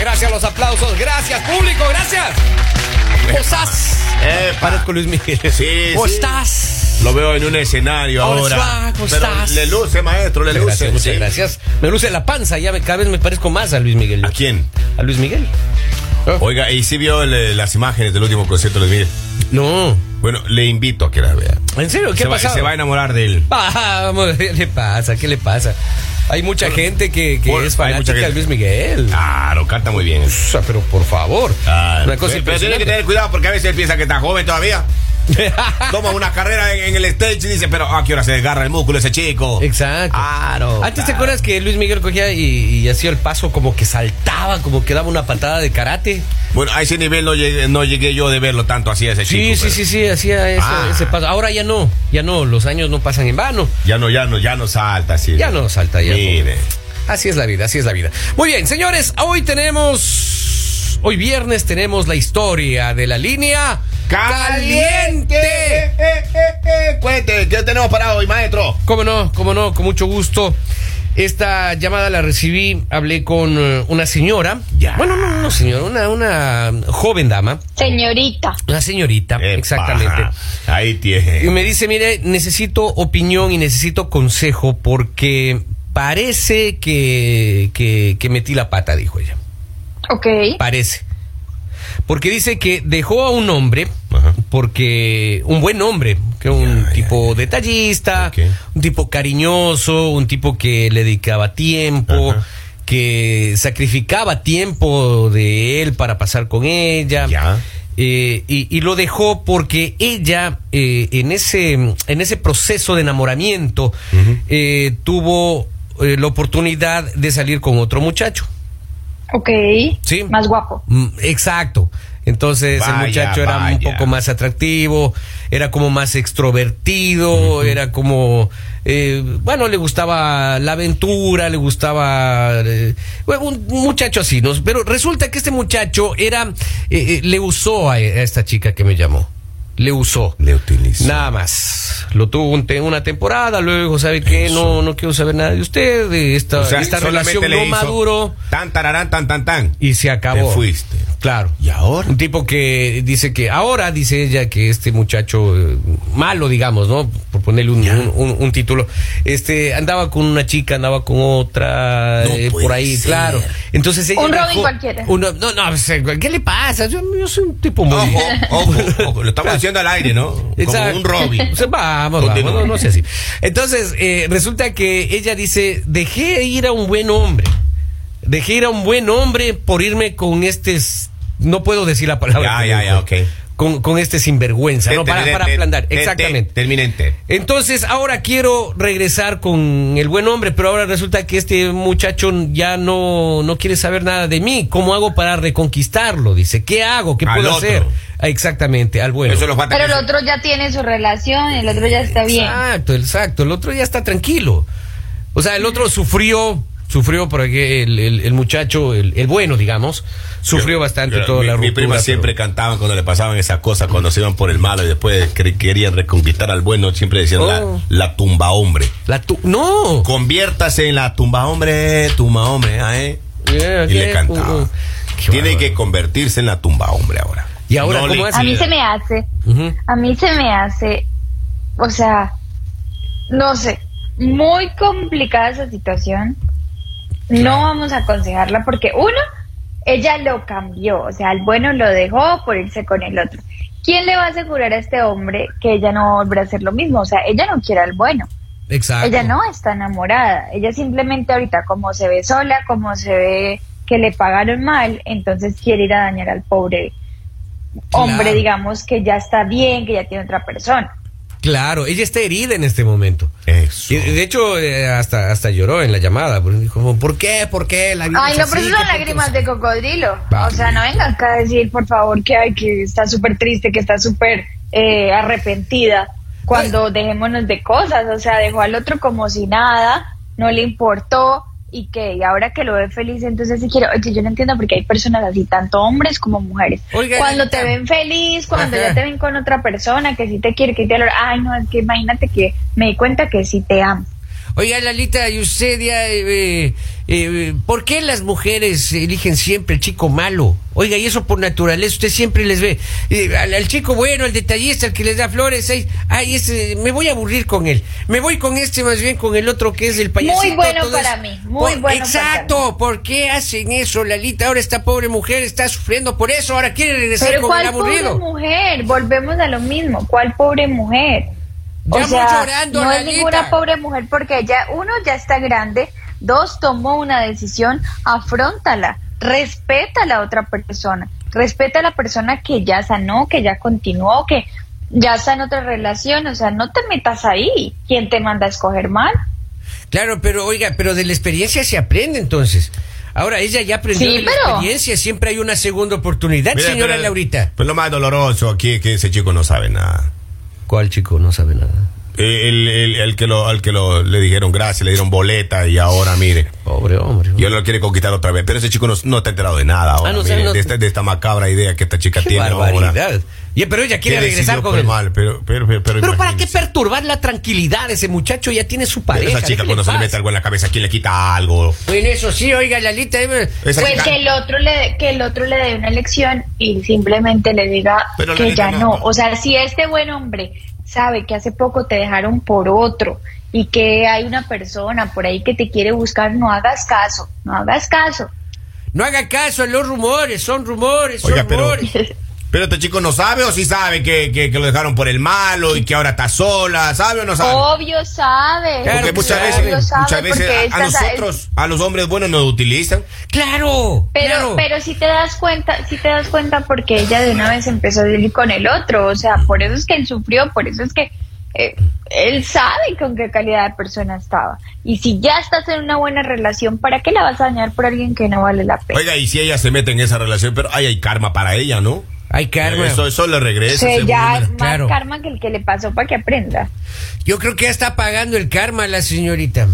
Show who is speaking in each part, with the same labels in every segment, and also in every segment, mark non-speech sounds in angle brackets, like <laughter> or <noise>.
Speaker 1: Gracias a los aplausos. Gracias, público. Gracias. ¿Cómo estás?
Speaker 2: Eh,
Speaker 1: Parezco Luis Miguel.
Speaker 2: Sí,
Speaker 1: ¿Cómo
Speaker 2: sí.
Speaker 1: estás?
Speaker 2: Lo veo en un escenario
Speaker 1: Hola,
Speaker 2: ahora.
Speaker 1: ¿cómo
Speaker 2: Pero
Speaker 1: estás?
Speaker 2: le luce, maestro, le
Speaker 1: Muchas
Speaker 2: luce.
Speaker 1: gracias, muchas
Speaker 2: Sí.
Speaker 1: gracias. Me luce la panza, ya me, cada vez me parezco más a Luis Miguel.
Speaker 2: ¿A quién?
Speaker 1: ¿A Luis Miguel?
Speaker 2: Oiga, y si vio el- las imágenes del último concierto de Luis Miguel.
Speaker 1: No.
Speaker 2: Bueno, le invito a que las vea.
Speaker 1: ¿En serio? ¿Qué
Speaker 2: se,
Speaker 1: ha
Speaker 2: va,
Speaker 1: pasado?
Speaker 2: se va a enamorar de él.
Speaker 1: Vamos, ¿qué le pasa? ¿Qué le pasa? Hay mucha gente que, que
Speaker 2: por-
Speaker 1: es
Speaker 2: hay
Speaker 1: fanática
Speaker 2: mucha
Speaker 1: de
Speaker 2: gente. Ah,
Speaker 1: Luis Miguel.
Speaker 2: Claro, canta muy bien.
Speaker 1: O sea, pero por favor.
Speaker 2: Claro.
Speaker 1: Una cosa
Speaker 2: Ah, Pero- pero tiene
Speaker 1: impresionante.
Speaker 2: que tener cuidado porque a veces él piensa que está joven
Speaker 1: <laughs>
Speaker 2: todavía. Toma una carrera en, en el stage y dice, pero ¿a qué hora se desgarra el músculo ese chico?
Speaker 1: Exacto.
Speaker 2: Ah, Claro.
Speaker 1: Antes Ah, te
Speaker 2: claro.
Speaker 1: acuerdas que Luis Miguel cogía y, y hacía el paso como que saltaba, como que daba una patada de karate.
Speaker 2: Bueno, a ese nivel no llegué, no llegué yo de verlo tanto así a ese
Speaker 1: Sí,
Speaker 2: chico.
Speaker 1: sí,
Speaker 2: pero-
Speaker 1: sí, sí, hacía ese,
Speaker 2: Ah.
Speaker 1: ese paso. Ahora ya no, ya no, los años no pasan en vano.
Speaker 2: Ya no, ya no, ya no salta así.
Speaker 1: Ya no salta, ya no.
Speaker 2: Mire.
Speaker 1: Así es la vida, así es la vida. Muy bien, señores, hoy tenemos, hoy viernes tenemos la historia de la línea
Speaker 2: Eh, eh, eh, eh. Cuente, ¿qué tenemos para hoy, maestro?
Speaker 1: Cómo no, cómo no, con mucho gusto. Esta llamada la recibí, hablé con eh, una señora.
Speaker 2: Ya.
Speaker 1: Bueno, no, no, señora, una, una joven dama,
Speaker 3: Señorita,
Speaker 1: una señorita,
Speaker 2: Epa,
Speaker 1: exactamente.
Speaker 2: Ahí
Speaker 1: Y
Speaker 2: tiene.
Speaker 1: me dice, mire, necesito opinión y necesito consejo porque parece que, que, que metí la pata, dijo ella.
Speaker 3: ok.
Speaker 1: Parece. Porque dice que dejó a un hombre,
Speaker 2: Ajá.
Speaker 1: porque un buen hombre, que un
Speaker 2: Ya, ya,
Speaker 1: tipo detallista,
Speaker 2: Ok.
Speaker 1: un tipo cariñoso, un tipo que le dedicaba tiempo,
Speaker 2: Ajá.
Speaker 1: que sacrificaba tiempo de él para pasar con ella.
Speaker 2: Ya.
Speaker 1: Eh, y, y lo dejó porque ella eh, en ese en ese proceso de enamoramiento
Speaker 2: Ujú.
Speaker 1: eh, tuvo eh, la oportunidad de salir con otro muchacho.
Speaker 3: Ok.
Speaker 1: Sí.
Speaker 3: Más guapo.
Speaker 1: Mm, Exacto. Entonces el
Speaker 2: Vaya,
Speaker 1: muchacho era un
Speaker 2: vaya.
Speaker 1: poco más atractivo, era como más extrovertido, era como, eh, bueno, le gustaba la aventura, le gustaba, eh, bueno, un un muchacho así, ¿no? Pero resulta que este muchacho era, eh, eh, le usó a, a esta chica que me llamó, le usó.
Speaker 2: Le utilizo.
Speaker 1: Nada más. Lo tuvo un te- una temporada, luego, ¿sabe qué?
Speaker 2: Eso.
Speaker 1: No, no quiero saber nada de usted, de esta,
Speaker 2: O sea,
Speaker 1: esta
Speaker 2: solamente
Speaker 1: relación
Speaker 2: le
Speaker 1: no
Speaker 2: hizo
Speaker 1: maduro
Speaker 2: Tan, tararán, tan, tan, tan.
Speaker 1: y se acabó.
Speaker 2: Te fuiste.
Speaker 1: Claro.
Speaker 2: ¿Y ahora?
Speaker 1: Un tipo que dice que ahora dice ella que este muchacho eh, malo, digamos, ¿no? Por ponerle un, un- un- un título. Este andaba con una chica, andaba con otra,
Speaker 2: No
Speaker 1: eh,
Speaker 2: puede
Speaker 1: por ahí,
Speaker 2: ser.
Speaker 1: claro. Entonces ella
Speaker 3: Un Robin
Speaker 1: dejó-
Speaker 3: cualquiera.
Speaker 1: uno- no, no, o sea, ¿qué le pasa? Yo, yo soy un tipo muy. Ah.
Speaker 2: Ojo, ojo, ojo,
Speaker 1: <laughs>
Speaker 2: Lo estamos diciendo al aire, ¿no?
Speaker 1: Exacto.
Speaker 2: Como
Speaker 1: <laughs>
Speaker 2: un Robin.
Speaker 1: O sea, vamos,
Speaker 2: Continúa.
Speaker 1: vamos, no, no sea así. Entonces, eh, resulta que ella dice, dejé ir a un buen hombre. Dejé ir a un buen hombre por irme con este... s- No puedo decir la palabra.
Speaker 2: Ya,
Speaker 1: que
Speaker 2: ya,
Speaker 1: dijo.
Speaker 2: ya, ok.
Speaker 1: Con, con este sinvergüenza, ¿no? Para, para ablandar, exactamente.
Speaker 2: Terminente.
Speaker 1: Entonces, ahora quiero regresar con el buen hombre, pero ahora resulta que este muchacho ya no, no quiere saber nada de mí. ¿Cómo hago para reconquistarlo? Dice, ¿qué hago? ¿Qué
Speaker 2: Al
Speaker 1: puedo
Speaker 2: otro.
Speaker 1: hacer? Ah, Exactamente, al bueno.
Speaker 2: Eso lo falta.
Speaker 3: Pero
Speaker 2: que-
Speaker 3: el otro ya tiene su relación, el otro ya está bien.
Speaker 1: Exacto, exacto. El otro ya está tranquilo. O sea, el otro sufrió, sufrió porque el, el- el muchacho, el, el bueno, digamos, sufrió
Speaker 2: Yo-
Speaker 1: bastante
Speaker 2: yo-
Speaker 1: toda
Speaker 2: mi,
Speaker 1: la
Speaker 2: Mi
Speaker 1: ruptura.
Speaker 2: prima
Speaker 1: pero-
Speaker 2: siempre cantaban cuando le pasaban esas cosas, cuando se iban por el malo y después cre- querían reconquistar al bueno, siempre decían
Speaker 1: Oh.
Speaker 2: la, la tumba hombre.
Speaker 1: La tu- no.
Speaker 2: Conviértase en la tumba hombre, tumba hombre, ah, ¿eh?
Speaker 1: Yeah,
Speaker 2: y le
Speaker 1: yeah,
Speaker 2: cantaba.
Speaker 1: uh, uh. Qué
Speaker 2: Tiene
Speaker 1: bárbaro.
Speaker 2: que convertirse en la tumba hombre ahora.
Speaker 1: ¿Y ahora
Speaker 2: No
Speaker 1: cómo
Speaker 2: le-
Speaker 1: hace?
Speaker 3: A mí se me hace,
Speaker 1: Ujú.
Speaker 3: a mí se me hace, o sea, no sé, muy complicada esa situación. No vamos a aconsejarla porque uno, ella lo cambió, o sea, el bueno lo dejó por irse con el otro. ¿Quién le va a asegurar a este hombre que ella no va a volver a hacer lo mismo? O sea, ella no quiere al bueno.
Speaker 1: Exacto.
Speaker 3: Ella no está enamorada, ella simplemente ahorita como se ve sola, como se ve que le pagaron mal, entonces quiere ir a dañar al pobre hombre,
Speaker 1: Claro.
Speaker 3: digamos, que ya está bien, que ya tiene otra persona.
Speaker 1: Claro, ella está herida en este momento.
Speaker 2: Eso.
Speaker 1: Y, de hecho, eh, hasta, hasta lloró en la llamada. porque Dijo, ¿por qué? ¿Por qué? La vida
Speaker 3: Ay,
Speaker 1: es
Speaker 3: no,
Speaker 1: así,
Speaker 3: pero
Speaker 1: ¿qué
Speaker 3: eso son
Speaker 1: por qué?"
Speaker 3: lágrimas de cocodrilo.
Speaker 1: Va.
Speaker 3: O sea, no venga acá a decir, por favor, que ay, que está súper triste, que está súper eh, arrepentida.
Speaker 1: Pues-
Speaker 3: Cuando dejémonos de cosas, o sea, dejó al otro como si nada, no le importó y que y ahora que lo ve feliz, entonces sí quiero, oye, yo no entiendo porque hay personas así, tanto hombres como mujeres.
Speaker 1: Oiga,
Speaker 3: cuando
Speaker 1: Anita.
Speaker 3: te ven feliz, cuando
Speaker 1: Ajá.
Speaker 3: ya te ven con otra persona que sí te quiere, que te valora, ay, no, es que imagínate que me di cuenta que sí te amo.
Speaker 1: Oiga, Lalita, y usted ya, eh, eh, ¿por qué las mujeres eligen siempre el chico malo? Oiga, y eso por naturaleza, usted siempre les ve eh, al, al chico bueno, al detallista, al que les da flores, ay, ay, ese, me voy a aburrir con él, me voy con este más bien con el otro que es el payasito.
Speaker 3: Muy bueno
Speaker 1: todo
Speaker 3: para
Speaker 1: eso.
Speaker 3: mí, muy
Speaker 1: Por-
Speaker 3: bueno para
Speaker 1: Exacto, ¿por qué hacen eso, Lalita? Ahora esta pobre mujer está sufriendo por eso, ahora quiere regresar
Speaker 3: Pero
Speaker 1: con el
Speaker 3: ¿cuál pobre
Speaker 1: aburrido.
Speaker 3: mujer? Volvemos a lo mismo. ¿Cuál pobre mujer? O
Speaker 1: Llamo
Speaker 3: sea,
Speaker 1: llorando,
Speaker 3: no es
Speaker 1: Lalita.
Speaker 3: ninguna pobre mujer porque ella, uno, ya está grande, dos, tomó una decisión, afrontala, respeta a la otra persona, respeta a la persona que ya sanó, que ya continuó, que ya está en otra relación, o sea, no te metas ahí. ¿Quién te manda a escoger mal?
Speaker 1: Claro, pero oiga, pero de la experiencia se aprende entonces. Ahora ella ya aprendió
Speaker 3: Sí,
Speaker 1: de la
Speaker 3: pero-
Speaker 1: experiencia, siempre hay una segunda oportunidad,
Speaker 2: Mire,
Speaker 1: eh, señora
Speaker 2: pero-
Speaker 1: Laurita.
Speaker 2: Pues lo más doloroso aquí es que ese chico no sabe nada.
Speaker 1: ¿Cuál chico no sabe nada?
Speaker 2: Eh, El, el- el que lo, al que lo, le dijeron gracias, le dieron boleta y ahora mire.
Speaker 1: Pobre hombre.
Speaker 2: Y él lo quiere conquistar otra vez. Pero ese chico no, no está enterado de nada ahora.
Speaker 1: Ah, no, o sea,
Speaker 2: mire,
Speaker 1: no-
Speaker 2: de, esta, de esta macabra idea que esta chica
Speaker 1: Qué
Speaker 2: tiene ahora.
Speaker 1: barbaridad. Ya, pero ella quiere
Speaker 2: Que decidió
Speaker 1: regresar con
Speaker 2: por
Speaker 1: él.
Speaker 2: mal, pero, pero, pero, pero
Speaker 1: Pero ¿para qué
Speaker 2: imagínese.
Speaker 1: perturbar la tranquilidad? Ese muchacho ya tiene su
Speaker 2: Pero
Speaker 1: pareja.
Speaker 2: Esa chica
Speaker 1: ¿qué
Speaker 2: cuando se le
Speaker 1: pasa?
Speaker 2: mete algo en la cabeza, ¿quién le quita algo?
Speaker 1: Bueno, eso sí, oiga, Lalita. eh, dime-
Speaker 2: Esa
Speaker 3: Pues
Speaker 2: chica-
Speaker 3: que el otro le que el otro le dé una lección y simplemente le diga
Speaker 2: Pero
Speaker 3: que
Speaker 2: Lalita, no,
Speaker 3: ya no.
Speaker 2: no.
Speaker 3: O sea, si este buen hombre sabe que hace poco te dejaron por otro y que hay una persona por ahí que te quiere buscar, no hagas caso, no
Speaker 2: <laughs>
Speaker 3: hagas caso.
Speaker 1: No haga caso a los rumores, son rumores, son
Speaker 2: Oiga, pero,
Speaker 1: rumores.
Speaker 2: pero este chico no sabe o sí sabe que, que, que lo dejaron por el malo y que ahora está sola, ¿sabe o no sabe?
Speaker 3: Obvio sabe.
Speaker 1: Oh, Claro que
Speaker 2: porque muchas
Speaker 1: sabe.
Speaker 2: veces,
Speaker 3: Obvio sabe,
Speaker 2: muchas veces
Speaker 3: porque
Speaker 2: a, a
Speaker 3: estas-
Speaker 2: nosotros, a los hombres buenos nos utilizan.
Speaker 1: Claro.
Speaker 3: Pero,
Speaker 1: claro.
Speaker 3: pero si te das cuenta, si te das cuenta porque ella de una vez empezó a salir con el otro, o sea, por eso es que él sufrió, por eso es que eh, él sabe con qué calidad de persona estaba. Y si ya estás en una buena relación, ¿para qué la vas a dañar por alguien que no vale la pena?
Speaker 2: Oiga, y si ella se mete en esa relación, pero ahí hay karma para ella, ¿no?
Speaker 1: Hay karma.
Speaker 2: Eso, eso le
Speaker 3: o
Speaker 2: regresa.
Speaker 3: sea,
Speaker 2: ese
Speaker 3: ya
Speaker 2: boomerang.
Speaker 3: más
Speaker 1: claro.
Speaker 3: karma que el que le pasó para que aprenda.
Speaker 1: Yo creo que ya está pagando el karma la señorita.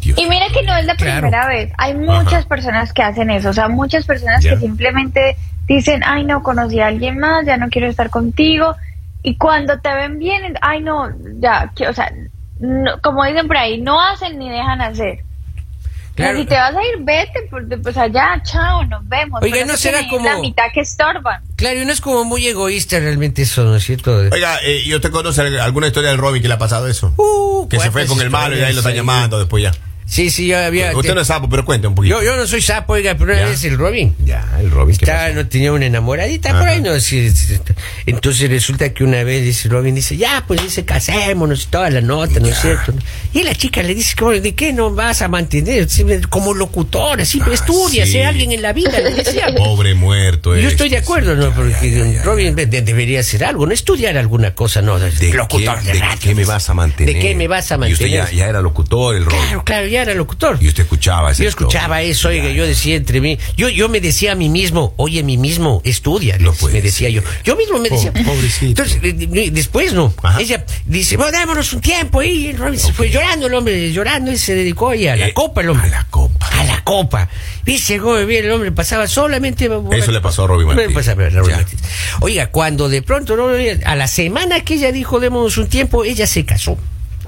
Speaker 2: Dios.
Speaker 3: Y mira que no es la
Speaker 1: Claro.
Speaker 3: primera vez. Hay muchas
Speaker 2: Ajá.
Speaker 3: personas que hacen eso. O sea, muchas personas
Speaker 2: Ya.
Speaker 3: que simplemente dicen, ay, no, conocí a alguien más, ya no quiero estar contigo. Y cuando te ven bien, ay, no, ya, que- o sea, no- como dicen por ahí, no hacen ni dejan hacer. O sea,
Speaker 1: Claro.
Speaker 3: Si te vas a ir, vete, por- pues allá, chao, nos vemos.
Speaker 1: Oiga,
Speaker 3: Pero
Speaker 1: ¿no
Speaker 3: eso
Speaker 1: será
Speaker 3: tiene la
Speaker 1: como-
Speaker 3: mitad que estorban.
Speaker 1: Claro, y uno es como muy egoísta realmente eso, ¿no es cierto?
Speaker 2: Oiga, eh, ¿y usted conoce alguna historia del Robin que le ha pasado eso?
Speaker 1: Uh,
Speaker 2: que se
Speaker 1: cuántas
Speaker 2: fue con el malo y ahí lo están
Speaker 1: historias.
Speaker 2: llamando después ya.
Speaker 1: Sí, sí, yo había...
Speaker 2: Usted no es sapo, pero cuente un poquito.
Speaker 1: yo, yo no soy sapo, oiga, pero
Speaker 2: Ya.
Speaker 1: una vez el Robin.
Speaker 2: Ya, el Robin. ¿qué
Speaker 1: Estaba, no tenía una enamoradita por
Speaker 2: Ajá.
Speaker 1: ahí, no sí, sí, sí. Entonces resulta que una vez dice Robin, dice, ya, pues dice, casémonos y toda la nota, ¿no es cierto? Y la chica le dice, "¿Cómo- ¿de qué no vas a mantener? Siempre Como locutora, siempre
Speaker 2: Ah,
Speaker 1: estudia,
Speaker 2: sí.
Speaker 1: sé alguien en la vida, le
Speaker 2: <laughs>
Speaker 1: decía.
Speaker 2: pasó? Pobre muerto.
Speaker 1: Yo
Speaker 2: este,
Speaker 1: estoy de acuerdo,
Speaker 2: sí,
Speaker 1: ¿no?
Speaker 2: ya,
Speaker 1: Porque
Speaker 2: ya, ya, ya.
Speaker 1: Robin de- debería hacer algo, no estudiar alguna cosa, no,
Speaker 2: ¿De
Speaker 1: locutor
Speaker 2: qué,
Speaker 1: de,
Speaker 2: de
Speaker 1: radio.
Speaker 2: qué me vas a mantener?
Speaker 1: ¿De qué me vas a
Speaker 2: Y usted
Speaker 1: mantener?
Speaker 2: ya, ya era locutor, el Robin.
Speaker 1: Claro, claro, ya era locutor.
Speaker 2: Y usted escuchaba esa
Speaker 1: Yo
Speaker 2: historia.
Speaker 1: escuchaba eso, oiga,
Speaker 2: Ya,
Speaker 1: yo
Speaker 2: ya.
Speaker 1: decía entre mí, yo, yo me decía a mí mismo, oye, mí mismo, estudia,
Speaker 2: No puede
Speaker 1: me decía yo.
Speaker 2: ser.
Speaker 1: Yo mismo me
Speaker 2: Po-
Speaker 1: decía.
Speaker 2: pobrecito.
Speaker 1: Entonces, eh, eh, después no.
Speaker 2: Ajá.
Speaker 1: Ella dice, bueno, dámonos un tiempo y el Robin se fue llorando el hombre, llorando y se dedicó y a la
Speaker 2: Eh,
Speaker 1: copa el hombre.
Speaker 2: a la copa.
Speaker 1: A la copa. Y llegó bien, el hombre pasaba solamente.
Speaker 2: Eso le pasó a Robin
Speaker 1: Bueno,
Speaker 2: Martínez.
Speaker 1: pues, a ver, Robin
Speaker 2: Ya.
Speaker 1: Martínez. Oiga, cuando de pronto, no, a la semana que ella dijo, démonos un tiempo, ella se casó.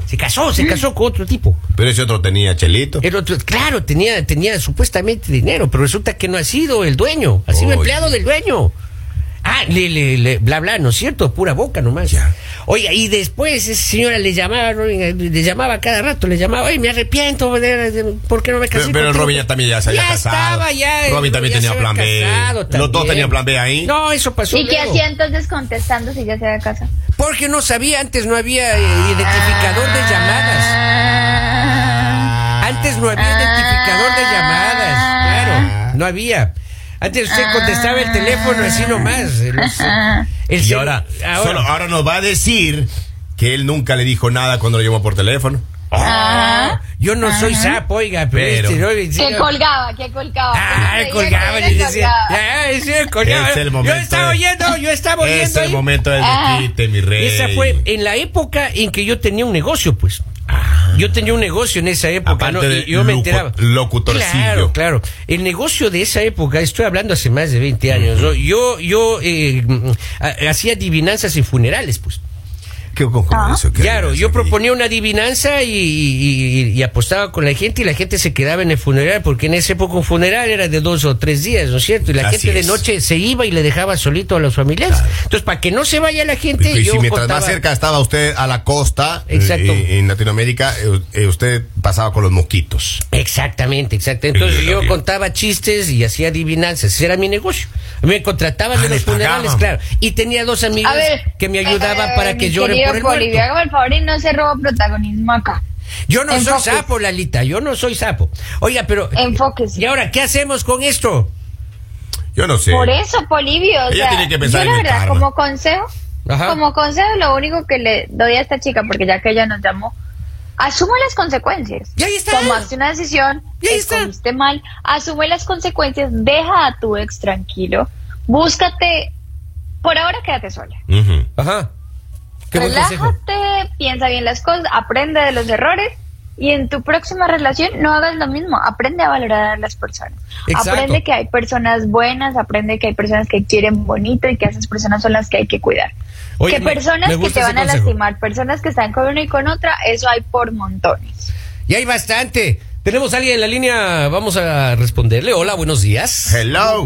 Speaker 1: Se casó, se casó con otro tipo.
Speaker 2: Pero ese otro tenía chelito.
Speaker 1: El otro, claro, tenía, tenía supuestamente dinero, pero resulta que no ha sido el dueño, ha sido
Speaker 2: Oye.
Speaker 1: empleado del dueño. Ah, le, le, le- bla, bla, ¿no es cierto? Pura boca nomás.
Speaker 2: Ya.
Speaker 1: Oiga, y después esa señora le llamaba, Robin, le llamaba cada rato, le llamaba, oye, me arrepiento, ¿por qué no me
Speaker 2: Pero,
Speaker 1: casé?
Speaker 2: pero el
Speaker 1: contigo?"
Speaker 2: Robin ya también ya se había
Speaker 1: Ya
Speaker 2: casado.
Speaker 1: estaba, ya, eh,
Speaker 2: Robin también
Speaker 1: ya
Speaker 2: tenía
Speaker 1: se
Speaker 2: plan
Speaker 1: había
Speaker 2: B.
Speaker 1: casado
Speaker 2: Los dos
Speaker 1: también.
Speaker 2: tenían plan B ahí.
Speaker 1: No, eso pasó.
Speaker 3: ¿Y qué
Speaker 1: luego.
Speaker 3: hacía entonces contestando si ya se había casado?
Speaker 1: Porque no sabía, antes no había eh, identificador de llamadas.
Speaker 3: Ah.
Speaker 1: Antes no había identificador de llamadas, claro, no había. Antes
Speaker 3: Ah.
Speaker 1: usted contestaba el teléfono así nomás. el- el
Speaker 2: Y
Speaker 1: cel-
Speaker 2: ahora, solo- ah. ahora. nos va a decir que él nunca le dijo nada cuando lo llamó por teléfono.
Speaker 1: yo no soy sapo, oiga, pero,
Speaker 2: Pero-
Speaker 1: este, oiga, sí,
Speaker 3: Ah. Que
Speaker 1: no-
Speaker 3: colgaba, que colgaba.
Speaker 1: Ah,
Speaker 3: Porque creía que
Speaker 1: colgaba,
Speaker 3: era
Speaker 1: le decía,
Speaker 3: colgaba.
Speaker 1: ah, sí, colgaba.
Speaker 2: Es el
Speaker 1: yo
Speaker 2: momento
Speaker 1: estaba
Speaker 2: de-
Speaker 1: oyendo, yo estaba oyendo.
Speaker 2: es el
Speaker 1: ahí.
Speaker 2: momento del
Speaker 3: Ah.
Speaker 2: desquite, mi rey.
Speaker 1: Esa fue en la época en que yo tenía un negocio, pues. Yo tenía un negocio en esa época,
Speaker 2: Ah. Aparte
Speaker 1: ¿no? Y
Speaker 2: de
Speaker 1: yo me
Speaker 2: locu-
Speaker 1: enteraba.
Speaker 2: locutorcillo.
Speaker 1: Claro, claro. El negocio de esa época, estoy hablando hace más de 20 años, ¿no? Yo, yo eh, mm, ha- hacía adivinanzas en funerales, pues.
Speaker 2: ¿Qué con con
Speaker 3: Ah.
Speaker 2: eso? ¿Qué
Speaker 1: Claro,
Speaker 2: adivinanza
Speaker 1: yo
Speaker 2: aquí?
Speaker 1: proponía una adivinanza y, y- y apostaba con la gente y la gente se quedaba en el funeral, porque en ese época un funeral era de dos o tres días, ¿no es cierto? Y la
Speaker 2: Así
Speaker 1: gente
Speaker 2: es.
Speaker 1: de noche se iba y le dejaba solito a los familiares. Entonces, para que no se vaya la gente,
Speaker 4: Y, y
Speaker 1: yo
Speaker 4: si mientras
Speaker 1: contaba-
Speaker 4: más cerca estaba usted a la costa, eh,
Speaker 1: Exacto.
Speaker 4: eh, en Latinoamérica, eh, eh, usted pasaba con los mosquitos.
Speaker 1: Exactamente, exactamente. Entonces
Speaker 4: Sí,
Speaker 1: yo
Speaker 4: también.
Speaker 1: contaba chistes y hacía adivinanzas. Ese era mi negocio. A mí me contrataban
Speaker 2: Ah,
Speaker 1: en los
Speaker 2: les pagaban.
Speaker 1: funerales, claro. Y tenía dos amigas
Speaker 3: A ver.
Speaker 1: que me ayudaban
Speaker 3: eh,
Speaker 1: para que
Speaker 3: mi
Speaker 1: lloren
Speaker 3: querido
Speaker 1: por el
Speaker 3: Bolivia,
Speaker 1: muerto.
Speaker 3: hágame el favor y no se roba protagonismo acá.
Speaker 1: Yo no soy
Speaker 3: Enfoque.
Speaker 1: sapo, Lalita. Yo no soy sapo. Oiga, pero.
Speaker 3: Enfóquese.
Speaker 1: ¿Y ahora qué hacemos con esto?
Speaker 4: Yo no sé.
Speaker 3: Por eso, Polivio, o
Speaker 4: Ella
Speaker 3: sea,
Speaker 4: tiene que pensar
Speaker 3: yo la
Speaker 4: en el
Speaker 3: verdad,
Speaker 4: karma.
Speaker 3: como consejo,
Speaker 1: Ajá.
Speaker 3: como consejo, lo único que le doy a esta chica, porque ya que ella nos llamó, asume las consecuencias.
Speaker 1: Y ahí está.
Speaker 3: Tomaste una decisión,
Speaker 1: Y ahí está.
Speaker 3: escogiste mal, asume las consecuencias, deja a tu ex tranquilo, búscate, por ahora quédate sola.
Speaker 4: Ujú.
Speaker 1: Ajá. Qué buen consejo.
Speaker 3: Relájate, piensa bien las cosas, aprende de los errores y en tu próxima relación no hagas lo mismo, aprende a valorar a las personas.
Speaker 1: Exacto.
Speaker 3: Aprende que hay personas buenas, aprende que hay personas que quieren bonito y que esas personas son las que hay que cuidar.
Speaker 1: Oye,
Speaker 3: que
Speaker 1: me-
Speaker 3: personas
Speaker 1: me
Speaker 3: que
Speaker 1: gusta
Speaker 3: te
Speaker 1: ese
Speaker 3: van a
Speaker 1: consejo.
Speaker 3: lastimar, personas que están con una y con otra, eso hay por montones.
Speaker 1: <laughs> Y hay bastante. Tenemos a alguien en la línea. Vamos a responderle. Hola, buenos
Speaker 4: Eh,
Speaker 1: días.
Speaker 4: Hello.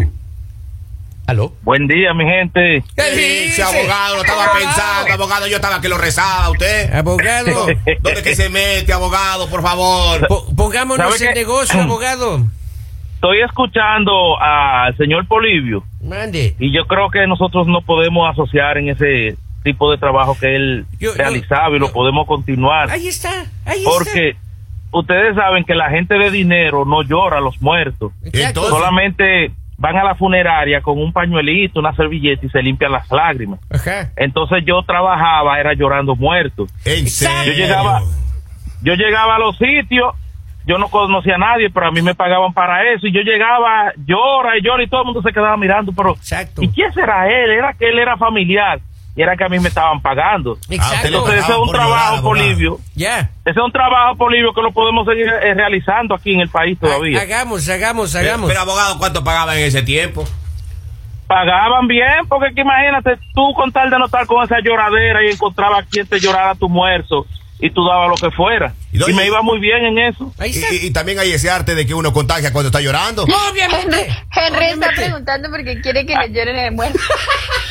Speaker 1: ¿Aló?
Speaker 5: Buen día, mi gente.
Speaker 1: ¿Qué
Speaker 4: Ese
Speaker 1: dice?
Speaker 4: abogado lo estaba
Speaker 1: Abogado.
Speaker 4: pensando, abogado. Yo estaba que lo rezaba usted.
Speaker 1: Ah, Abogado. <laughs>
Speaker 4: ¿Dónde que se mete, abogado? Por favor.
Speaker 1: po- pongámonos
Speaker 5: ¿Sabe
Speaker 1: en
Speaker 5: qué?
Speaker 1: negocio, abogado.
Speaker 5: Estoy escuchando al señor Polivio
Speaker 1: Mande.
Speaker 5: y yo creo que nosotros no podemos asociar en ese tipo de trabajo que él
Speaker 1: Yo- yo-
Speaker 5: realizaba y
Speaker 1: yo-
Speaker 5: lo podemos continuar.
Speaker 1: Ahí está, ahí
Speaker 5: porque
Speaker 1: está.
Speaker 5: ustedes saben que la gente de dinero no llora a los muertos.
Speaker 1: Exacto.
Speaker 4: Entonces-
Speaker 5: Solamente van a la funeraria con un pañuelito, una servilleta y se limpian las lágrimas.
Speaker 1: Ajá.
Speaker 5: Entonces yo trabajaba, era llorando muertos.
Speaker 4: En
Speaker 1: Exacto.
Speaker 4: serio. Ah,
Speaker 5: Yo llegaba, yo llegaba a los sitios, yo no conocía a nadie, pero a mí me pagaban para eso. Y yo llegaba, llora y llora, y todo el mundo se quedaba mirando. Pero,
Speaker 1: Exacto.
Speaker 5: ¿y quién será él? Era que él era familiar, y era que a mí me estaban pagando.
Speaker 4: usted
Speaker 1: Exacto.
Speaker 4: lo
Speaker 5: Entonces, ese es
Speaker 4: pagaban
Speaker 5: un
Speaker 4: por llorar,
Speaker 5: trabajo,
Speaker 4: abogado.
Speaker 5: Polivio.
Speaker 1: ya.
Speaker 5: Ese es un trabajo, Polivio, que lo podemos seguir eh, realizando aquí en el país todavía.
Speaker 1: Ha- Hagamos, hagamos,
Speaker 4: Eh,
Speaker 2: Pero,
Speaker 1: hagamos.
Speaker 2: pero, abogado, ¿cuánto pagaba en ese tiempo?
Speaker 5: Pagaban bien, porque que imagínate, tú con tal de no estar con esa lloradera y encontraba a quien te llorara tu muerto, y tú dabas lo que fuera.
Speaker 4: Y doy-
Speaker 5: y me iba muy bien en eso.
Speaker 1: ahí
Speaker 4: Y,
Speaker 1: está.
Speaker 4: y- y también hay ese arte de que uno contagia cuando está llorando.
Speaker 1: Obviamente.
Speaker 3: Henry está
Speaker 1: Obviamente.
Speaker 3: preguntando porque quiere que le lloren el muerto.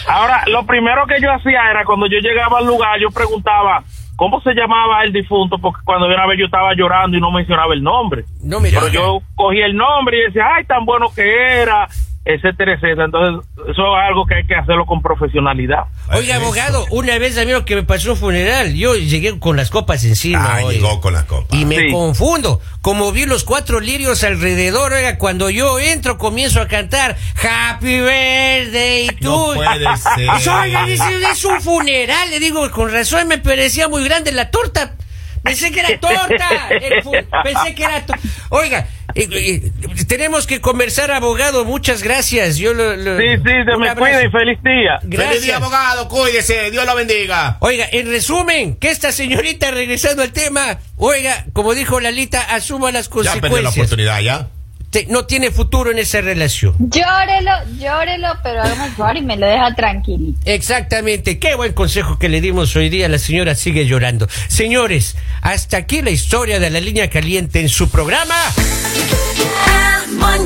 Speaker 5: Ahora, lo primero que yo hacía era cuando yo llegaba al lugar, yo preguntaba cómo se llamaba el difunto, porque cuando una vez yo estaba llorando y no mencionaba el nombre.
Speaker 1: No, mira.
Speaker 5: Pero yo cogía el nombre y decía, ay, tan bueno que era, etcétera, etcétera. Entonces, eso es algo que hay que hacerlo con profesionalidad.
Speaker 1: Oiga,
Speaker 4: Eso.
Speaker 1: abogado, una vez a mí lo que me pasó en un funeral, yo llegué con las copas encima.
Speaker 4: Ah,
Speaker 1: oiga.
Speaker 4: llegó con las copas.
Speaker 1: Y me
Speaker 5: Sí.
Speaker 1: confundo. Como vi los cuatro lirios alrededor, oiga, cuando yo entro comienzo a cantar Happy Birthday y
Speaker 2: No
Speaker 1: tú. Ah,
Speaker 2: puede ser.
Speaker 1: Y yo, Pues, oiga,
Speaker 2: <laughs>
Speaker 1: dice, es un funeral. Le digo, con razón me parecía muy grande la torta. Pensé que era torta. El fu- Pensé que era torta. Oiga, eh, eh, tenemos que conversar, abogado. Muchas gracias. Yo lo- lo-
Speaker 5: Sí, sí, se
Speaker 1: un
Speaker 5: me
Speaker 1: abrazo.
Speaker 5: cuida y feliz día.
Speaker 1: Gracias.
Speaker 2: Feliz día, abogado. Cuídese. Dios lo bendiga.
Speaker 1: Oiga, en resumen, que esta señorita, regresando al tema, oiga, como dijo Lalita, asuma las
Speaker 4: Ya perdió la
Speaker 1: consecuencias.
Speaker 4: oportunidad, ya.
Speaker 1: Te- no tiene futuro en esa relación.
Speaker 3: <laughs> Llórelo, llórelo, pero hágame el favor y me lo deja tranquilito.
Speaker 1: Exactamente, qué buen consejo que le dimos hoy día, la señora sigue llorando. Señores, hasta aquí la historia de la línea caliente en su programa.
Speaker 6: El